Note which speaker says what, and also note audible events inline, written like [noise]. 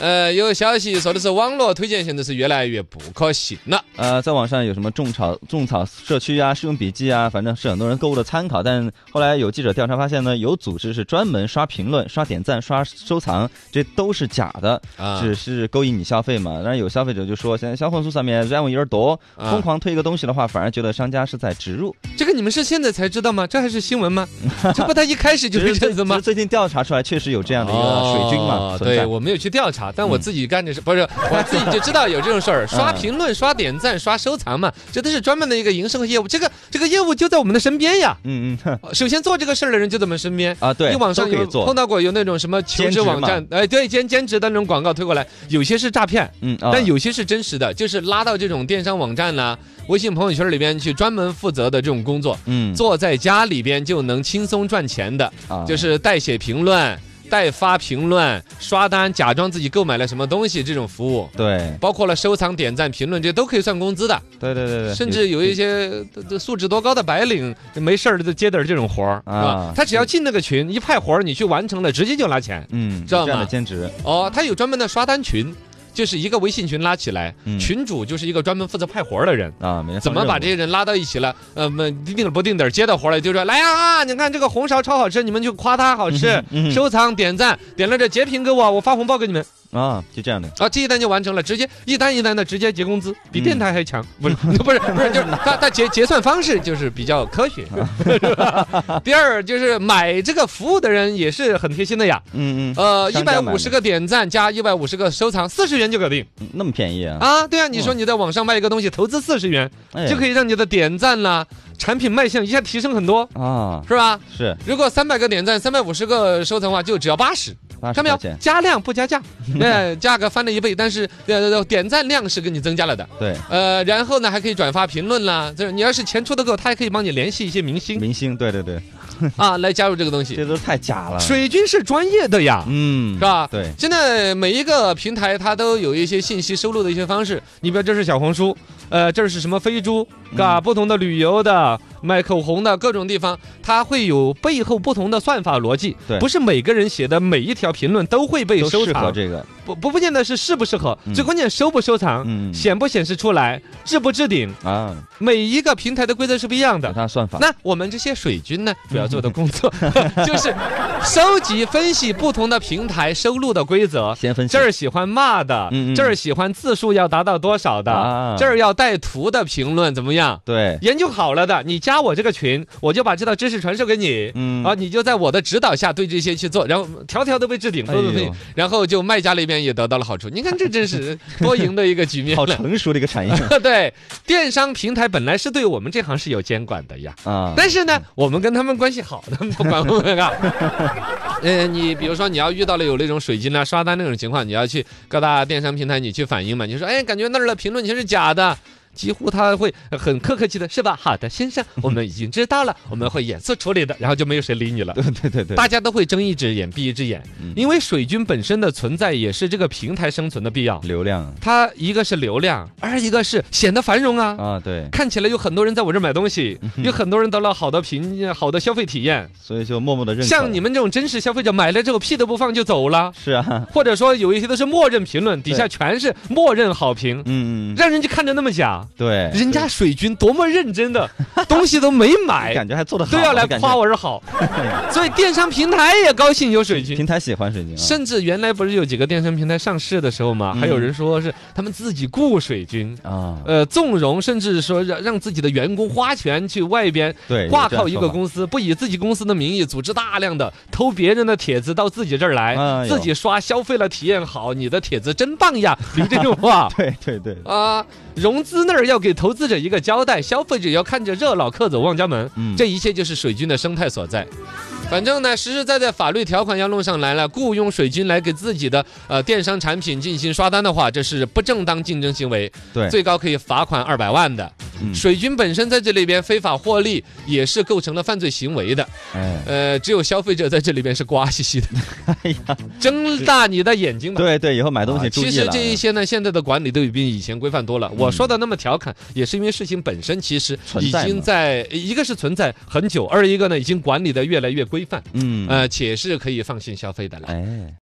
Speaker 1: 呃，有消息说的是网络推荐现在是越来越不可信了。
Speaker 2: 呃，在网上有什么种草种草社区啊、试用笔记啊，反正是很多人购物的参考。但后来有记者调查发现呢，有组织是专门刷评论、刷点赞、刷收藏，这都是假的，
Speaker 1: 啊
Speaker 2: 只是勾引你消费嘛。但是有消费者就说，现在小红书上面软文有点多，
Speaker 1: 啊
Speaker 2: 疯狂推一个东西的话，反而觉得商家是在植入。
Speaker 1: 这个你们是现在才知道吗？
Speaker 2: [laughs]
Speaker 1: 这还是新闻吗？这不，他一开始就
Speaker 2: 只
Speaker 1: 是这
Speaker 2: 是最
Speaker 1: 样子
Speaker 2: 只
Speaker 1: 吗
Speaker 2: 是？最近调查出来，确实有这样的一个水军嘛
Speaker 1: 哦
Speaker 2: 存在嗯
Speaker 1: 对，。我没有去调查，但我自己干的是不
Speaker 2: [laughs]
Speaker 1: 是？我自己就知道有这种事儿，刷评论、刷点赞、刷收藏
Speaker 2: 啊
Speaker 1: 嘛，这都是专门的一个营生和业务。这个这个业务就在我们的身边呀。哦
Speaker 2: 嗯嗯哼
Speaker 1: 首先做这个事儿的人就在我们身边。
Speaker 2: 啊，对，
Speaker 1: 你网上
Speaker 2: 都可
Speaker 1: 有
Speaker 2: 以做
Speaker 1: 碰。到过有那种什么求
Speaker 2: 兼
Speaker 1: 职
Speaker 2: 职
Speaker 1: 网
Speaker 2: 嘛
Speaker 1: 站，哎，对，兼兼职的那种广告推过来，有些是诈骗，
Speaker 2: 嗯，啊
Speaker 1: 但有些是真实的，就是拉到这种电商网站啦、微信朋友圈里边去专门负责的这种工作，
Speaker 2: 嗯
Speaker 1: 坐在家里边就能轻松赚钱的，
Speaker 2: 啊
Speaker 1: 就是代写评论、代发评论、刷单，假装自己购买了什么东西这种服务。
Speaker 2: 对
Speaker 1: 包括了收藏、点赞、评论，这都可以算工资的，
Speaker 2: 对对对对，
Speaker 1: 甚至有一些这这素质多高的白领，没事儿就接点儿这种活儿，是吧
Speaker 2: 啊？
Speaker 1: 他只要进那个群，一派活儿，你去完成了，直接就拿钱。
Speaker 2: 嗯
Speaker 1: 知道
Speaker 2: 这样
Speaker 1: 吗
Speaker 2: 的兼职，
Speaker 1: 哦，他有专门的刷单群，就是一个微信群拉起来，
Speaker 2: 嗯
Speaker 1: 群主就是一个专门负责派活儿的人。
Speaker 2: 啊，没人
Speaker 1: 怎
Speaker 2: 放
Speaker 1: 么把
Speaker 2: 任务
Speaker 1: 这些人拉到一起了？呃，么定了不定点儿接到活儿来就说来呀啊！你看这个红烧超好吃，你们就夸它好吃，
Speaker 2: 嗯哼
Speaker 1: 收藏点赞，点了这截屏给我，我发红包给你们
Speaker 2: 啊，就这样的，
Speaker 1: 啊！这一单就完成了，直接一单一单的直接结工资，比
Speaker 2: 嗯
Speaker 1: 电台还
Speaker 2: [laughs]
Speaker 1: 强，不是不是不是，就是它它结结算方式就是比较科学。 [laughs] 第二就是买这个服务的人也是很贴心的呀，
Speaker 2: 嗯
Speaker 1: 呃，一
Speaker 2: 商
Speaker 1: 百
Speaker 2: 家买
Speaker 1: 五
Speaker 2: 的
Speaker 1: 十个点赞加一百五十个收藏，四十元就搞定
Speaker 2: 嗯，那么便宜啊，哎
Speaker 1: 啊！对啊，你说你在网上卖一个东西，投资四十元，就可
Speaker 2: 以
Speaker 1: 以让你的点赞啦、产品卖相一下提升很多，
Speaker 2: 啊，
Speaker 1: 是吧？
Speaker 2: 是
Speaker 1: 如果三百个点赞，三百五十个收藏的话，就只要八十，
Speaker 2: 八十
Speaker 1: 看到
Speaker 2: 块
Speaker 1: 没有？
Speaker 2: 钱，
Speaker 1: 加量不加
Speaker 2: [laughs]
Speaker 1: 价，那价格翻了一倍，但是呃点赞量是给你增加了的。
Speaker 2: 对，
Speaker 1: 呃，然后呢，还可以转发评论啦，就是你要是钱出的够，他还可以帮你联系一些明星
Speaker 2: 明星，对对对，
Speaker 1: 啊来加入这个东西。
Speaker 2: 这都太假了，
Speaker 1: 水军是专业的呀，
Speaker 2: 嗯，
Speaker 1: 是吧？
Speaker 2: 对，
Speaker 1: 现在每一个平台它都有一些信息收录的一些方式，你比如这是小红书，呃，这是什么飞猪，
Speaker 2: 嗯
Speaker 1: 嘎、不同的旅游的、卖口红的各种地方，它会有背后不同的算法逻辑。
Speaker 2: 对
Speaker 1: 不是每个人写的每一条评论都会被
Speaker 2: 都
Speaker 1: 收
Speaker 2: 适合
Speaker 1: 藏，
Speaker 2: 这个，
Speaker 1: 不不不见得是适不适合，
Speaker 2: 嗯
Speaker 1: 最关键收不收藏，
Speaker 2: 嗯
Speaker 1: 显不显示出来，置不置顶，
Speaker 2: 啊，
Speaker 1: 每一个平台的规则是不一样的
Speaker 2: 有。它算法，
Speaker 1: 那我们这些水军呢，主要做的工作 [laughs] 就是收集、分析不同的平台收录的规则，
Speaker 2: 先分析
Speaker 1: 这儿喜欢骂的，
Speaker 2: 嗯嗯
Speaker 1: 这儿喜欢字数要达到多少的，
Speaker 2: 啊
Speaker 1: 这儿要带图的评论怎么样？
Speaker 2: 对，
Speaker 1: 研究好了的，你加我这个群，我就把这套知识传授给你。
Speaker 2: 嗯
Speaker 1: 啊，你就在我的指导下对这些去做，然后条条都被置顶，
Speaker 2: 哎呦
Speaker 1: 对不对？然后就卖家那边也得到了好处。你看，这真是多赢的一个局面
Speaker 2: 好
Speaker 1: 了。
Speaker 2: 成熟的一个产业
Speaker 1: [laughs] 对，电商平台本来是对我们这行是有监管的呀，
Speaker 2: 啊，
Speaker 1: 但是呢，我们跟他们关系好，他们不管我 [laughs] 们啊。呃，你比如说你要遇到了有那种水军啊、刷单那种情况，你要去各大电商平台你去反映嘛，你就说哎，感觉那儿的评论全是假的。几乎他会很客客气的，是吧？好的，先生，我们已经知道了，我们会严肃处理的。然后就没有谁理你了，
Speaker 2: 对 [laughs] 对对
Speaker 1: [laughs]
Speaker 2: 对，
Speaker 1: 大家都会睁一只眼闭一只眼，
Speaker 2: 嗯
Speaker 1: 因为水军本身的存在也是这个平台生存的必要。
Speaker 2: 流量啊
Speaker 1: 它一个是流量，二一个是显得繁荣啊。
Speaker 2: 啊，对，
Speaker 1: 看起来有很多人在我这儿买东西，
Speaker 2: 嗯
Speaker 1: 有很多人得到好的评、好的消费体验。
Speaker 2: 所以就默默的认可了，
Speaker 1: 像你们这种真实消费者，买了之后屁都不放就走了，
Speaker 2: 是啊，
Speaker 1: 或者说有一些都是默认评论，底下全是默认好评，
Speaker 2: 嗯，嗯嗯
Speaker 1: 让人就看着那么假。
Speaker 2: 对，
Speaker 1: 人家水军多么认真的，东西都没买，
Speaker 2: [laughs] 感觉还做的好，
Speaker 1: 哎都要来
Speaker 2: 感觉
Speaker 1: 夸我是
Speaker 2: [laughs]
Speaker 1: 好，所以电商平台也高兴有水军
Speaker 2: 平。台喜欢水晶啊，
Speaker 1: 甚至原来不是有几个电商平台上市的时候嘛，还有
Speaker 2: 嗯
Speaker 1: 人说是他们自己雇水军，
Speaker 2: 啊，
Speaker 1: 呃，纵容甚至说让让自己的员工花钱去外边
Speaker 2: 对，
Speaker 1: 挂
Speaker 2: 有这样
Speaker 1: 靠一
Speaker 2: 说
Speaker 1: 个
Speaker 2: 法
Speaker 1: 公司，不以自己公司的名义组织大量的偷别人的帖子到自己这儿来，
Speaker 2: 哎呦。
Speaker 1: 自己刷消费了体验好，你的帖子真棒呀，比如这种话
Speaker 2: [laughs] 对对对，
Speaker 1: 啊，融资那儿要给投资者一个交代，消费者要看着热闹，客走望家门。
Speaker 2: 嗯
Speaker 1: 这一切就是水军的生态所在。反正呢，实实在在法律条款要弄上来了，雇佣水军来给自己的呃电商产品进行刷单的话，这是不正当竞争行为，
Speaker 2: 对
Speaker 1: 最高可以罚款二百万的。
Speaker 2: 哎嗯
Speaker 1: 水军本身在这里边非法获利，也是构成了犯罪行为的。
Speaker 2: 哎，
Speaker 1: 呃，只有消费者在这里边是瓜兮兮的，
Speaker 2: [laughs] 哎呀，
Speaker 1: 睁大你的眼睛吧。
Speaker 2: 对对，以后买东西
Speaker 1: 啊
Speaker 2: 注
Speaker 1: 其
Speaker 2: 意
Speaker 1: 实
Speaker 2: 了。嗯
Speaker 1: 这一些呢，现在的管理都比以前规范多了。我说的那么调侃，也是因为事情本身其实
Speaker 2: 存
Speaker 1: 已
Speaker 2: 在
Speaker 1: 经
Speaker 2: 嘛
Speaker 1: 在，一个是存在很久，二一个呢，已经管理的越来越规范，
Speaker 2: 嗯，
Speaker 1: 呃，且是可以放心消费的了。
Speaker 2: 哎。